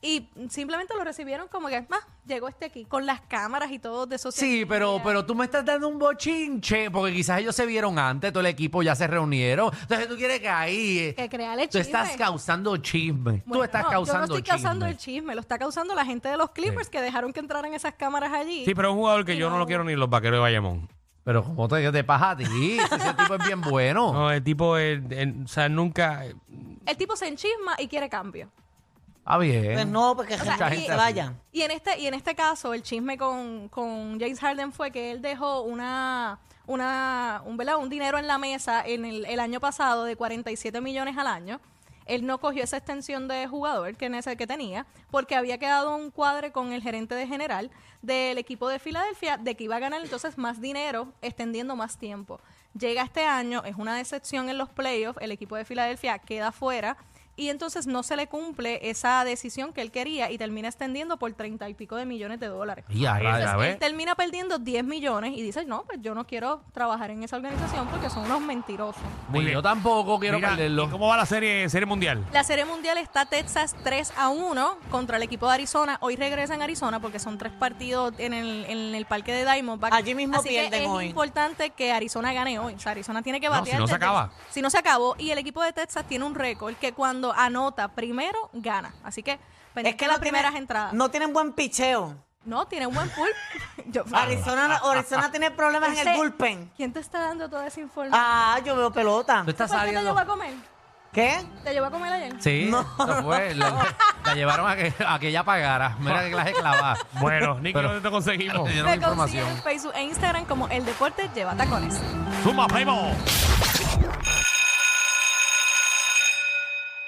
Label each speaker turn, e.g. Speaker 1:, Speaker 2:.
Speaker 1: Y simplemente lo recibieron como que, más, llegó este aquí, con las cámaras y todo de social
Speaker 2: Sí, pero,
Speaker 1: media.
Speaker 2: pero tú me estás dando un bochinche, porque quizás ellos se vieron antes, todo el equipo ya se reunieron. Entonces tú quieres que ahí. eh,
Speaker 1: Que crearle
Speaker 2: Tú estás
Speaker 1: chisme.
Speaker 2: causando chisme. tú
Speaker 1: Bueno,
Speaker 2: estás
Speaker 1: no,
Speaker 2: causando
Speaker 1: Yo no estoy
Speaker 2: chisme.
Speaker 1: causando el chisme, lo está causando la gente de los Clippers que dejaron que entraran esas cámaras allí.
Speaker 3: Sí, pero es un jugador que yo no lo quiero ni los vaqueros de Bayamón.
Speaker 2: Pero ¿cómo te, te paja a ti? Si Ese tipo es bien bueno.
Speaker 3: No, el tipo, eh, eh, o sea, nunca.
Speaker 1: El tipo se enchisma y quiere cambio.
Speaker 2: Ah, bien.
Speaker 4: Pues no, porque
Speaker 2: sea,
Speaker 4: gente
Speaker 1: y-
Speaker 4: se vaya.
Speaker 1: Y en este, y en este caso, el chisme con, con James Harden fue que él dejó una, una, un, ¿verdad? un dinero en la mesa en el, el año pasado de 47 millones al año. Él no cogió esa extensión de jugador que, en ese que tenía, porque había quedado un cuadre con el gerente de general del equipo de Filadelfia de que iba a ganar entonces más dinero extendiendo más tiempo. Llega este año, es una decepción en los playoffs, el equipo de Filadelfia queda fuera y entonces no se le cumple esa decisión que él quería y termina extendiendo por treinta y pico de millones de dólares.
Speaker 2: Y a
Speaker 3: Entonces,
Speaker 2: rayos,
Speaker 3: A ver.
Speaker 1: Él termina perdiendo 10 millones y dice, no, pues yo no quiero trabajar en esa organización porque son unos mentirosos.
Speaker 2: Muy bien, yo tampoco quiero
Speaker 3: Mira, ¿y
Speaker 2: perderlo.
Speaker 3: ¿Cómo va la serie, serie mundial?
Speaker 1: La Serie Mundial está Texas 3 a 1 contra el equipo de Arizona. Hoy regresan a Arizona porque son tres partidos en el, en el parque de Diamondback.
Speaker 4: Allí mismo
Speaker 1: Así que
Speaker 4: pierden
Speaker 1: es
Speaker 4: hoy.
Speaker 1: importante que Arizona gane hoy. O sea, Arizona tiene que
Speaker 3: No,
Speaker 1: batear.
Speaker 3: si no se
Speaker 1: desde-
Speaker 3: acaba.
Speaker 1: Si no se acabó. Y el equipo de Texas tiene un récord que cuando anota primero, gana. Así que, pendiente de las
Speaker 4: no tienen-
Speaker 1: primeras entradas.
Speaker 4: No tienen buen picheo.
Speaker 1: No, tiene un buen pool. Yo-
Speaker 4: Arizona, Arizona tiene problemas en el
Speaker 1: Ese-
Speaker 4: bullpen.
Speaker 1: ¿Quién te está dando toda esa información?
Speaker 4: Ah, yo veo pelota.
Speaker 2: Tú estás
Speaker 1: ¿Por qué te
Speaker 2: saliendo.
Speaker 1: llevó a comer?
Speaker 4: ¿Qué?
Speaker 1: ¿Te llevó a comer ayer?
Speaker 2: Sí,
Speaker 4: No,
Speaker 2: eso fue. le- la llevaron a que, a que ella pagara. Mira que clase clavada.
Speaker 3: Bueno, Nicky,
Speaker 2: Pero-
Speaker 3: ¿dónde te conseguimos?
Speaker 2: Le dieron
Speaker 1: Me consiguen
Speaker 2: información.
Speaker 1: en Facebook e Instagram como El Deporte Lleva Tacones.
Speaker 3: ¡Zumba, primo!